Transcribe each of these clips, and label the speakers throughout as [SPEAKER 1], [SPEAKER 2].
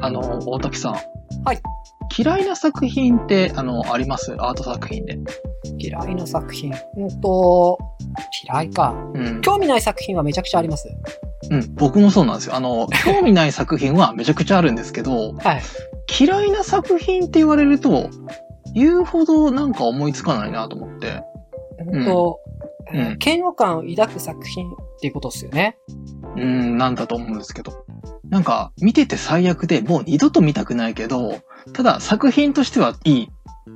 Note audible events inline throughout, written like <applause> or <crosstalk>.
[SPEAKER 1] あの、大滝さん。
[SPEAKER 2] はい。
[SPEAKER 1] 嫌いな作品って、あの、ありますアート作品で。
[SPEAKER 2] 嫌いな作品。うんと、嫌いか。
[SPEAKER 1] うん。
[SPEAKER 2] 興味ない作品はめちゃくちゃあります。
[SPEAKER 1] うん。僕もそうなんですよ。あ
[SPEAKER 2] <laughs>
[SPEAKER 1] の、興味ない作品はめちゃくちゃあるんですけど、
[SPEAKER 2] はい。
[SPEAKER 1] 嫌いな作品って言われると、言うほどなんか思いつかないなと思って。
[SPEAKER 2] うんと、
[SPEAKER 1] うんうん
[SPEAKER 2] 嫌悪感を抱く作品っていうことですよね。
[SPEAKER 1] うん、なんだと思うんですけど。なんか、見てて最悪でもう二度と見たくないけど、ただ作品としてはいい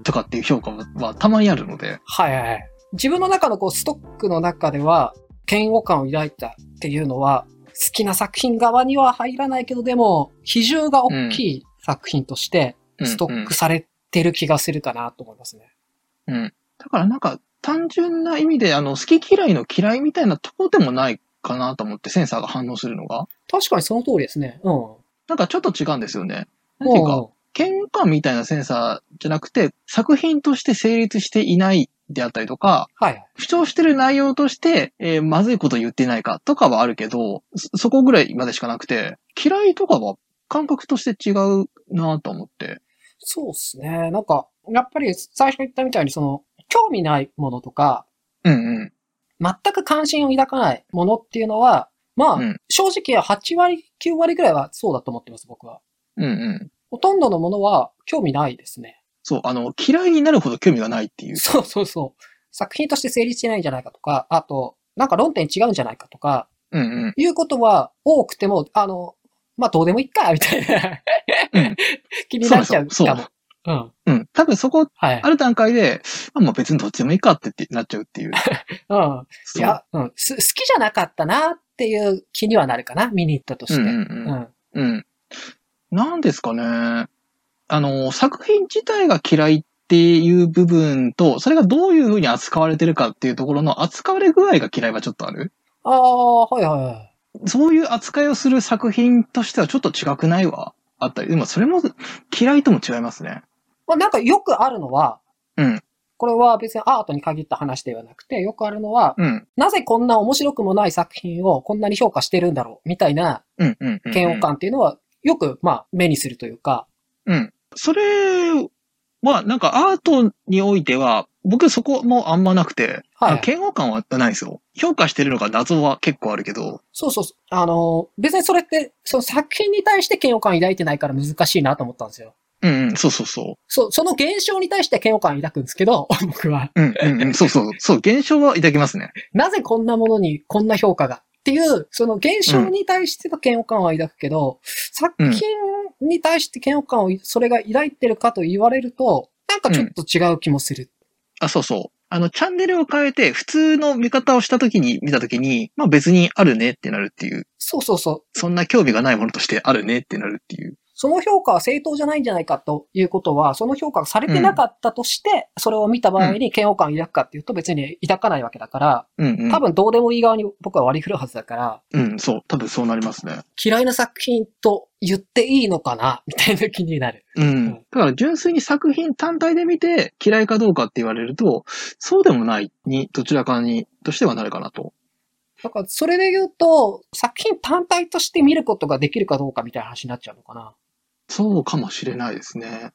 [SPEAKER 1] とかっていう評価ははたまにあるので。
[SPEAKER 2] はいはいはい。自分の中のこうストックの中では、嫌悪感を抱いたっていうのは、好きな作品側には入らないけど、でも、比重が大きい作品として、
[SPEAKER 1] うん
[SPEAKER 2] ストックされてる気がするかなと思いますね。
[SPEAKER 1] うん。だからなんか、単純な意味で、あの、好き嫌いの嫌いみたいなとこでもないかなと思って、センサーが反応するのが。
[SPEAKER 2] 確かにその通りですね。うん。
[SPEAKER 1] なんかちょっと違うんですよね。なんていうか、
[SPEAKER 2] も
[SPEAKER 1] 嫌悪感みたいなセンサーじゃなくて、作品として成立していないであったりとか、
[SPEAKER 2] う、はいはい。
[SPEAKER 1] 主張してる内容として、えーまずいこと言ってないかとかはあるけど、そそこぐらいまでしかなくて、嫌いとかは感覚として違うなと思って。
[SPEAKER 2] そうですね。なんか、やっぱり最初言ったみたいに、その、興味ないものとか、
[SPEAKER 1] うん
[SPEAKER 2] 全く関心を抱かないものっていうのは、まあ、
[SPEAKER 1] うん
[SPEAKER 2] 正直8割、9割ぐらいはそうだと思ってます、僕は。
[SPEAKER 1] うん。うんうん。
[SPEAKER 2] ほとんどのものは興味ないですね。
[SPEAKER 1] そう、あの、嫌いになるほど興味がないっていう。
[SPEAKER 2] そうそうそう。作品として成立してないんじゃないかとか、あと、なんか論点違うんじゃないかとか、
[SPEAKER 1] うんうん。
[SPEAKER 2] いうことは多くても、あの、まあ、どうでもいいか、みたいな
[SPEAKER 1] うん。
[SPEAKER 2] <laughs> 気になっちゃう
[SPEAKER 1] そうな
[SPEAKER 2] か
[SPEAKER 1] ん
[SPEAKER 2] も
[SPEAKER 1] です。
[SPEAKER 2] うん。
[SPEAKER 1] うん。多分そこ、
[SPEAKER 2] はい
[SPEAKER 1] あ。る段階で、まあまあ別にどっちでもいいかってってなっちゃうっていう。
[SPEAKER 2] うん。い
[SPEAKER 1] そう
[SPEAKER 2] や、うん。す、好きじゃなかったなっていう気にはなるかな、見に行ったとし
[SPEAKER 1] う
[SPEAKER 2] て。
[SPEAKER 1] んうん
[SPEAKER 2] う
[SPEAKER 1] うん
[SPEAKER 2] ん。
[SPEAKER 1] うん。なんですかね。あの、作品自体が嫌いっていう部分と、それがどういうふうに扱われてるかっていうところの扱われ具合が嫌いはちょっとある
[SPEAKER 2] ああ、はいはいはい。
[SPEAKER 1] そういう扱いをする作品としてはちょっと違くないわ。あったり。でもそれも嫌いとも違いますね。
[SPEAKER 2] まあ、なんかよくあるのは、
[SPEAKER 1] うん。
[SPEAKER 2] これは別にアートに限った話ではなくて、よくあるのは、
[SPEAKER 1] うん。
[SPEAKER 2] なぜこんな面白くもない作品をこんなに評価してるんだろうみたいな
[SPEAKER 1] うんうん、うん。
[SPEAKER 2] 嫌悪。感っていうのは、よく、まあ、目にするというか、
[SPEAKER 1] うん。それは、なんかアートにおいては、僕そこもあんまなくて、
[SPEAKER 2] はい
[SPEAKER 1] あ嫌悪感はないんですよ。評価してるのが謎は結構あるけど、
[SPEAKER 2] そうそうそう、あのー、別にそれって、その作品に対して嫌悪感抱いてないから難しいなと思ったんですよ。
[SPEAKER 1] うんうん、そうそうそう。
[SPEAKER 2] そその現象に対して嫌悪感抱くんですけど、 <laughs> 僕は。
[SPEAKER 1] うんうんうん、そうそう。そう、現象はいただきますね。
[SPEAKER 2] なぜこんなものにこんな評価がっていう、その現象に対しての嫌悪感は抱くけど、作品に対して嫌悪感を、それが抱いてるかと言われると、なんかちょっと違う気もする。
[SPEAKER 1] あ、そうそう。あの、チャンネルを変えて、普通の見方をしたときに、見たときに、まあ別にあるねってなるっていう、
[SPEAKER 2] そうそうそう。
[SPEAKER 1] そんな興味がないものとしてあるねってなるっていう。
[SPEAKER 2] その評価は正当じゃないんじゃないかということは、その評価がされてなかったとして、それを見た場合に嫌悪感を抱くかっていうと別に抱かないわけだから、
[SPEAKER 1] うんうん。
[SPEAKER 2] 多分どうでもいい側に僕は割り振るはずだから、
[SPEAKER 1] うん、そう。多分そうなりますね。
[SPEAKER 2] 嫌いな作品と言っていいのかなみたいな気になる。
[SPEAKER 1] うん。だから純粋に作品単体で見て嫌いかどうかって言われると、そうでもないに、どちらかに、としてはなるかなと。
[SPEAKER 2] だから、それで言うと、作品単体として見ることができるかどうかみたいな話になっちゃうのかな。
[SPEAKER 1] そうかもしれないですね。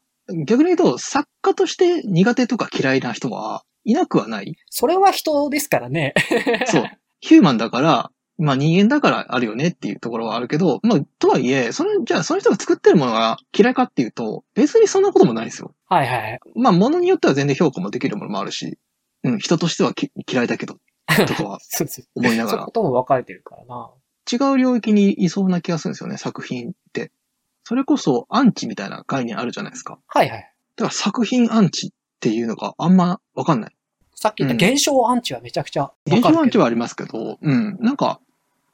[SPEAKER 1] 逆に言うと、作家として苦手とか嫌いな人はいなくは <laughs> ない
[SPEAKER 2] それは人ですからね。 <laughs>
[SPEAKER 1] そう。ヒューマンだから、まあ人間だからあるよねっていうところはあるけど、まあ、とはいえ、その、じゃあその人が作ってるものが嫌いかっていうと、別にそんなこともないですよ。
[SPEAKER 2] はいはい。
[SPEAKER 1] まあ、ものによっては全然評価もできるものもあるし、うん、人としてはき嫌いだけど、とかは
[SPEAKER 2] そうそう。
[SPEAKER 1] 思いな
[SPEAKER 2] そ
[SPEAKER 1] が
[SPEAKER 2] ういう
[SPEAKER 1] ら
[SPEAKER 2] こ。とも分かれてるからな。
[SPEAKER 1] 違う領域にいそうな気がするんですよね、作品って。それこそ、アンチみたいな概念あるじゃないですか。
[SPEAKER 2] はいはい。
[SPEAKER 1] だから作品アンチっていうのがあんまわかんない。
[SPEAKER 2] さっき言った現象アンチはめちゃくちゃ分
[SPEAKER 1] 現
[SPEAKER 2] か
[SPEAKER 1] 象アン
[SPEAKER 2] るけ
[SPEAKER 1] チ
[SPEAKER 2] ど。
[SPEAKER 1] はありますけど、うん。なんか、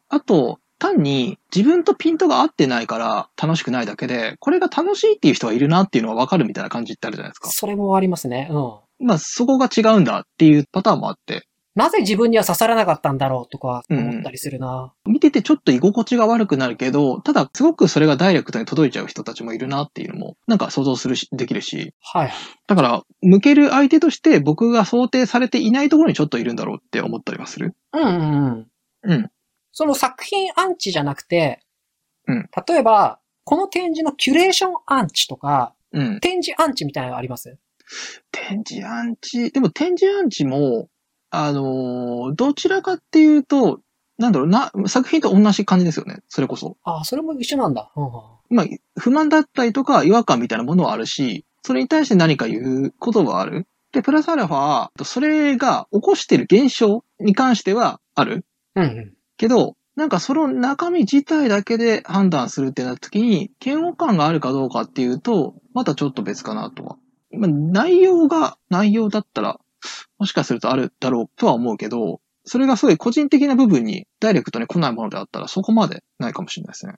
[SPEAKER 1] あと、単に自分とピントが合ってないから楽しくないだけで、これが楽しいっていう人がいるなっていうのがわかるみたいな感じってあるじゃないですか。
[SPEAKER 2] それもありますね。うん。
[SPEAKER 1] まあ、そこが違うんだっていうパターンもあって。
[SPEAKER 2] なぜ自分には刺さらなかったんだろうとか思ったりするな。
[SPEAKER 1] 見ててちょっと居心地が悪くなるけど、ただすごくそれがダイレクトに届いちゃう人たちもいるなっていうのも、なんか想像するし、できるし。
[SPEAKER 2] はい。
[SPEAKER 1] だから、向ける相手として僕が想定されていないところにちょっといるんだろうって思ったりはする。
[SPEAKER 2] うんうんうん。
[SPEAKER 1] うん。
[SPEAKER 2] その作品アンチじゃなくて、
[SPEAKER 1] うん
[SPEAKER 2] 例えば、この展示のキュレーションアンチとか、
[SPEAKER 1] うん。
[SPEAKER 2] 展示アンチみたいなのあります
[SPEAKER 1] 展示アンチ、でも展示アンチも、あのーどちらかっていうと、なんだろうな、作品と同じ感じですよね。それこそ。
[SPEAKER 2] ああ、それも一緒なんだ。うんうん
[SPEAKER 1] まあ、不満だったりとか違和感みたいなものはあるし、それに対して何か言うことはある。で、プラスアルファ、それが起こしてる現象に関してはある。
[SPEAKER 2] うんうん。
[SPEAKER 1] けど、なんかその中身自体だけで判断するってなった時に、嫌悪感があるかどうかっていうと、またちょっと別かなとは。まあ、内容が内容だったら、もしかするとあるだろうとは思うけど、それがすごい個人的な部分にダイレクトに来ないものであったら、そこまでないかもしれないですね。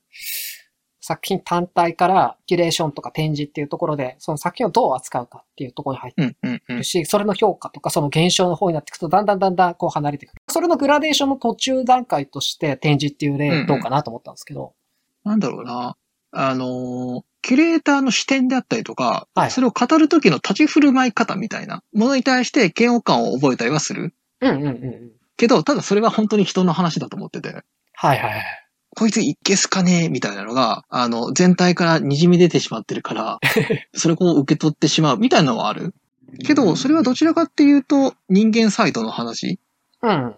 [SPEAKER 2] 作品単体からキュレーションとか展示っていうところで、その作品をどう扱うかっていうところに入って
[SPEAKER 1] うん、うん、うん
[SPEAKER 2] る。し、それの評価とかその現象の方になっていくと、だんだんだんだんこう離れていく。それのグラデーションの途中段階として展示っていう
[SPEAKER 1] うんう
[SPEAKER 2] 例
[SPEAKER 1] ん
[SPEAKER 2] どうかなと思ったんですけど。
[SPEAKER 1] なんだろうな。あのー、キュレーターの視点であったりとか、
[SPEAKER 2] はい
[SPEAKER 1] それを語る時の立ち振る舞い方みたいなものに対して嫌悪感を覚えたりはする。
[SPEAKER 2] うんうんうんうん。
[SPEAKER 1] けど、ただそれは本当に人の話だと思ってて、
[SPEAKER 2] はいはいはい。
[SPEAKER 1] こいついけすかねえみたいなのが、あの、全体から滲み出てしまってる <laughs> から、それをこう受け取ってしまうみたいなのはある。けど、それはどちらかっていうと人間サイドの話。
[SPEAKER 2] うん。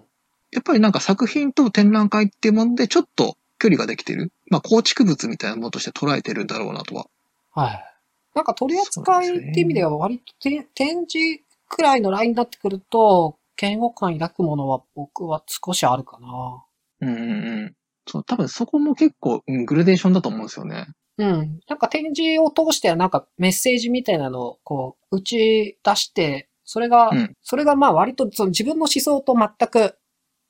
[SPEAKER 1] やっぱりなんか作品と展覧会っていうものでちょっと距離ができてる。まあ構築物みたいなものとして捉えてるんだろうなとは
[SPEAKER 2] はい。なんか取り扱いって意味では割とて、展示くらいのラインになってくると、嫌悪感抱くものは僕は少しあるかな。
[SPEAKER 1] うんうんうん。そう、多分そこも結構、うん、グラデーションだと思うんですよね。
[SPEAKER 2] うん。なんか展示を通してはなんかメッセージみたいなのをこう打ち出して、それが、
[SPEAKER 1] うん
[SPEAKER 2] それがまあ割とその自分の思想と全く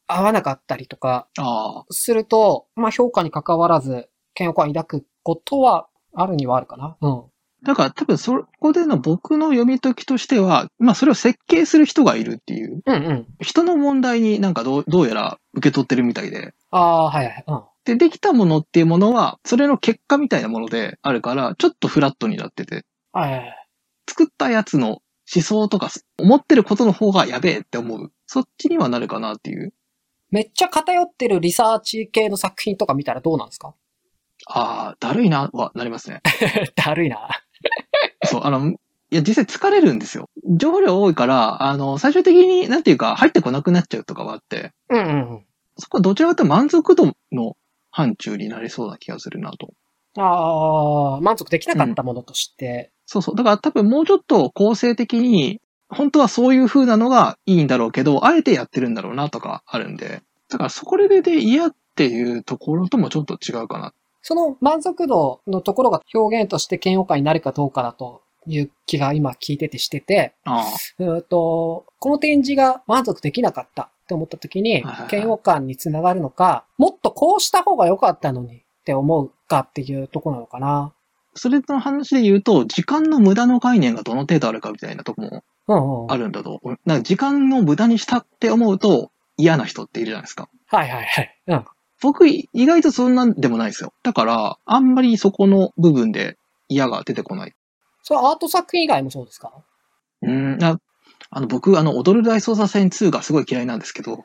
[SPEAKER 2] 合わなかったりとか
[SPEAKER 1] ああ。
[SPEAKER 2] すると、まあ評価に関わらず嫌悪感抱くことはあるにはあるかな。うん。
[SPEAKER 1] だから多分そこでの僕の読み解きとしては、まあそれを設計する人がいるっていう、
[SPEAKER 2] うんうん。
[SPEAKER 1] 人の問題になんかどうどうやら受け取ってるみたいで。
[SPEAKER 2] ああ、はいはい。うん。
[SPEAKER 1] で、できたものっていうものは、それの結果みたいなものであるから、ちょっとフラットになってて、
[SPEAKER 2] はいはいはい。
[SPEAKER 1] 作ったやつの思想とか、思ってることの方がやべえって思う。そっちにはなるかなっていう。
[SPEAKER 2] めっちゃ偏ってるリサーチ系の作品とか見たらどうなんですか
[SPEAKER 1] ああ、だるいな、はなりますね。
[SPEAKER 2] <laughs>
[SPEAKER 1] <laughs>
[SPEAKER 2] だるいな。
[SPEAKER 1] そう、あの、いや、実際疲れるんですよ。情報量多いから、あの、最終的に、なんていうか、入ってこなくなっちゃうとかはあって、
[SPEAKER 2] うんうんうん。
[SPEAKER 1] そこはどちらかというと満足度の範疇になりそうな気がするなと。
[SPEAKER 2] ああ、満足できなかったものとして。
[SPEAKER 1] そうそう。だから多分もうちょっと構成的に、本当はそういう風なのがいいんだろうけど、あえてやってるんだろうなとかあるんで。だからそこでで嫌っていうところともちょっと違うかな。
[SPEAKER 2] その満足度のところが表現として嫌悪感になるかどうかだという気が今聞いててしてて、
[SPEAKER 1] あ
[SPEAKER 2] うーとこの展示が満足できなかったと思った時に
[SPEAKER 1] はいはいは、い
[SPEAKER 2] 嫌悪感につながるのか、もっとこうした方が良かったのにって思うかっていうとこなのかな。
[SPEAKER 1] それの話で言うと、時間の無駄の概念がどの程度あるかみたいなとこも
[SPEAKER 2] うんうん。
[SPEAKER 1] あ
[SPEAKER 2] る。
[SPEAKER 1] るんだと。なんか時間を無駄にしたって思うと嫌な人っているじゃないですか。
[SPEAKER 2] はいはいはい。うん。
[SPEAKER 1] 僕意外とそんなんでもないですよ。だから、あんまりそこの部分で嫌が出てこない。
[SPEAKER 2] それはアート作品以外もそうですか
[SPEAKER 1] うん、なあの、僕、あの、踊る大捜査線2がすごい嫌いなんですけ
[SPEAKER 2] <laughs>
[SPEAKER 1] ど。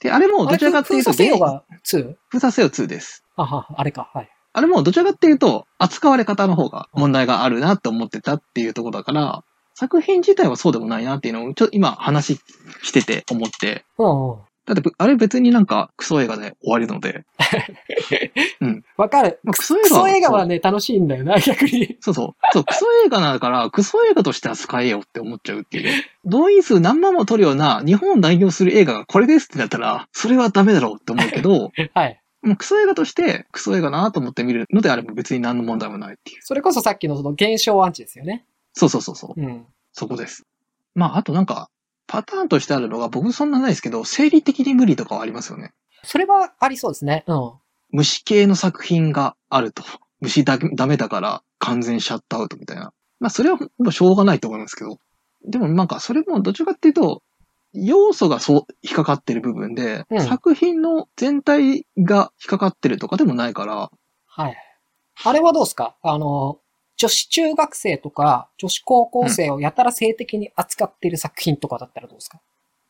[SPEAKER 1] で、あれもどちらかっていうと、
[SPEAKER 2] あれ封鎖制度
[SPEAKER 1] 原
[SPEAKER 2] が 2?
[SPEAKER 1] 封鎖せよ2です。
[SPEAKER 2] あは、あれか。はい。
[SPEAKER 1] あれもどちらかっていうと、扱われ方の方が問題があるなって思ってたっていうところだから、作品自体はそうでもないなっていうのを、ちょっと今話してて思って、
[SPEAKER 2] うんうん。
[SPEAKER 1] だってぶ、あれ別になんかクソ映画で終わりなので。
[SPEAKER 2] わかる。
[SPEAKER 1] まあクソ映
[SPEAKER 2] ク
[SPEAKER 1] 画
[SPEAKER 2] ソ映画はね、楽しいんだよな、逆に。
[SPEAKER 1] そうそう。そう、クソ映画だから、クソ映画として扱えよって思っちゃうっていう。動員数何万も取るような日本を代表する映画がこれですってなったら、それはダメだろうって思うけど、
[SPEAKER 2] はい。
[SPEAKER 1] もうクソ映画として、クソ映画なと思って見るのであれば別に何の問題もないっていう。
[SPEAKER 2] それこそさっきのその現象アンチですよね。
[SPEAKER 1] そうそうそうそう。
[SPEAKER 2] うん。
[SPEAKER 1] そこです。まあ、あとなんか、パターンとしてあるのが、僕そんなないですけど、生理的に無理とかはありますよね。
[SPEAKER 2] それはありそうですね。うん。
[SPEAKER 1] 虫系の作品があると。 <laughs> 虫だダメだから完全シャットアウトみたいな。まあそれはもうしょうがないと思いますけど。でもなんかそれもどちらかっていうと、要素がそう、引っかかってる部分で、
[SPEAKER 2] うん
[SPEAKER 1] 作品の全体が引っかかってるとかでもないから、
[SPEAKER 2] はい。あれはどうですかあの、女子中学生とか、女子高校生をやたら性的に扱っている作品とかだったらどうですか、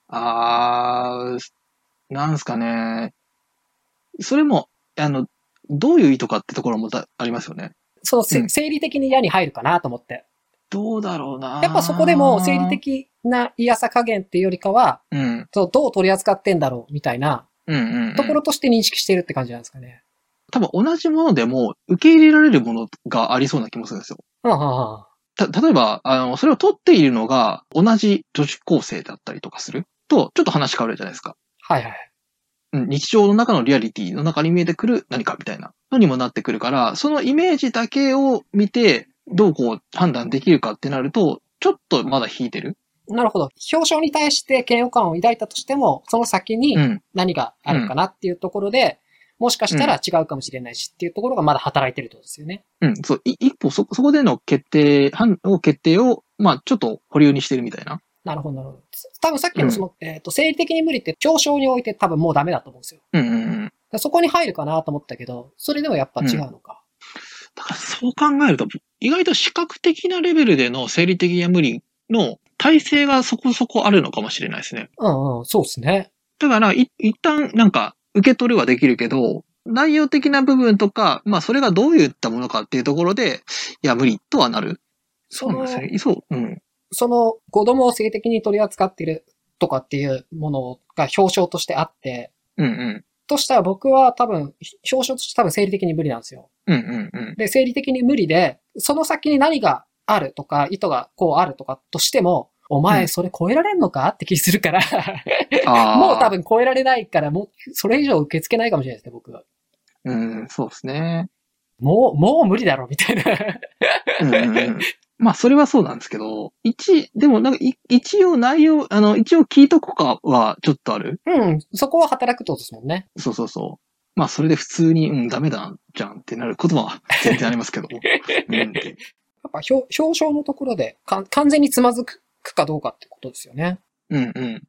[SPEAKER 1] あー、なんすかね。それも、あの、どういう意図かってところもだありますよね。
[SPEAKER 2] その、せ
[SPEAKER 1] うん
[SPEAKER 2] 生理的に嫌に入るかなと思って。
[SPEAKER 1] どうだろうな
[SPEAKER 2] やっぱそこでも生理。的な嫌さ加減っていうよりかは、
[SPEAKER 1] うん。
[SPEAKER 2] そうどう取り扱ってんだろうみたいな
[SPEAKER 1] うんうん、うん。
[SPEAKER 2] ところとして認識してるって感じなんですかね。
[SPEAKER 1] 多分同じものでも受け入れられるものがありそうな気もするんですよ。
[SPEAKER 2] うん、うん、うん。
[SPEAKER 1] た、例えば、あの、それを取っているのが同じ女子高生だったりとかすると、ちょっと話変わるじゃないですか。
[SPEAKER 2] はいはい。
[SPEAKER 1] うん日常の中のリアリティの中に見えてくる何かみたいなのにもなってくるから、そのイメージだけを見て、どうこう判断できるかってなると、ちょっとまだ引いてる。
[SPEAKER 2] なるほど。表彰に対して嫌悪感を抱いたとしても、その先に
[SPEAKER 1] うん。
[SPEAKER 2] 何があるかなっていうところで、もしかしたら違うかもしれないしっていうところがまだ働いてるってことですよね。
[SPEAKER 1] うん。そう、い一歩そ、そこでの決定、判を決定を、まあ、ちょっと保留にしてるみたいな。
[SPEAKER 2] なるほど、なるほど。多分さっきのその、えっ、と、生理的に無理って表彰において多分もうダメだと思うんですよ。
[SPEAKER 1] うんうんうん。
[SPEAKER 2] だからそこに入るかなと思ったけど、それでもやっぱ違うのか。
[SPEAKER 1] だからそう考えると、意外と視覚的なレベルでの生理的な無理の体制がそこそこあるのかもしれないですね。
[SPEAKER 2] うん、うん、そうですね。
[SPEAKER 1] だから、い一旦なんか受け取るはできるけど、内容的な部分とか、まあそれがどういったものかっていうところで、いや無理とはなる。
[SPEAKER 2] その、そ,、
[SPEAKER 1] ね。そう。うん。
[SPEAKER 2] の子供を性的に取り扱ってるとかっていうものが表彰としてあって、
[SPEAKER 1] うんうん。
[SPEAKER 2] としたら僕は多分、表彰として多分生理的に無理なんですよ。
[SPEAKER 1] うんうんうん。
[SPEAKER 2] で、生理的に無理で、その先に何があるとか、意図がこうあるとかとしても、お
[SPEAKER 1] う
[SPEAKER 2] 前
[SPEAKER 1] ん
[SPEAKER 2] それ超えられんのかって気するから、
[SPEAKER 1] あー
[SPEAKER 2] もう多。分超えられないから、もうそれ以上受け付けないかもしれないですね、僕は。
[SPEAKER 1] うん、そうですね。
[SPEAKER 2] もう、もう無理だろ、みたいな。
[SPEAKER 1] うんうんうん。 <laughs> まあそれはそうなんですけど、一、でもなんかい一応内容、あの、一応聞いとこかはちょっとある。
[SPEAKER 2] うん、そこは働くってことですもんね。
[SPEAKER 1] そうそうそう。まあそれで普通に、うん、ダメだじゃんってなる言葉は全然ありますけ <laughs> ど。うんって。
[SPEAKER 2] やっぱ表表彰のところでか完全につまずくかどうかってことですよね。
[SPEAKER 1] うんうん。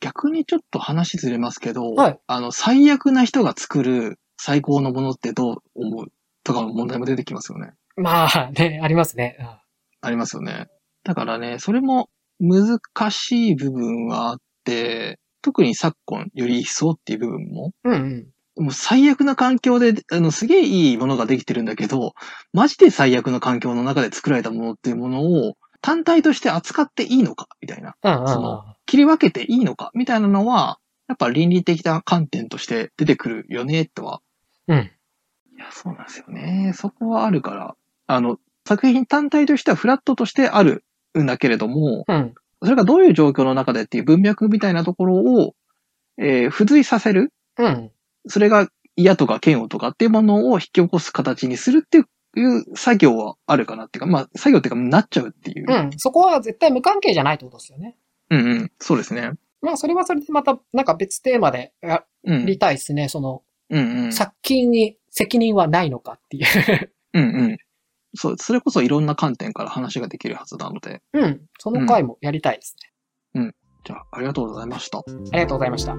[SPEAKER 1] 逆にちょっと話ずれますけど、
[SPEAKER 2] はい
[SPEAKER 1] あの、最悪な人が作る最高のものってどう思うとかの問題も出てきますよね。
[SPEAKER 2] まあね、ありますね。うん
[SPEAKER 1] ありますよね。だからね、それも難しい部分はあって、特に昨今より一層っていう部分も、
[SPEAKER 2] うんうん。
[SPEAKER 1] もう最悪な環境で、あの、すげえいいものができてるんだけど、マジで最悪な環境の中で作られたものっていうものを単体として扱っていいのかみたいな。
[SPEAKER 2] うんうんうん
[SPEAKER 1] その切り分けていいのかみたいなのは、やっぱ倫理的な観点として出てくるよね、とは。
[SPEAKER 2] うん。
[SPEAKER 1] いや、そうなんですよね。そこはあるから。あの、作品単体としてはフラットとしてあるんだけれども、
[SPEAKER 2] うん。
[SPEAKER 1] それがどういう状況の中でっていう文脈みたいなところを、えー付随させる。
[SPEAKER 2] うん。
[SPEAKER 1] それが嫌とか嫌悪とかっていうものを引き起こす形にするっていう作業はあるかなっていうか、まあ、作業っていうか、なっちゃうっていう。
[SPEAKER 2] うん。そこは絶対無関係じゃないってことですよね。
[SPEAKER 1] うんうん。そうですね。
[SPEAKER 2] まあ、それはそれでまた、なんか別テーマでや
[SPEAKER 1] うん。
[SPEAKER 2] りたいですね。その、
[SPEAKER 1] うんうん。
[SPEAKER 2] 作品に責任はないのかっていう。
[SPEAKER 1] うんうん。そう、それこそいろんな観点から話ができるはずなので。
[SPEAKER 2] <laughs> うん。その回もやりたいです
[SPEAKER 1] じゃあ、ありがとうございました。
[SPEAKER 2] ね。ありがとうございました。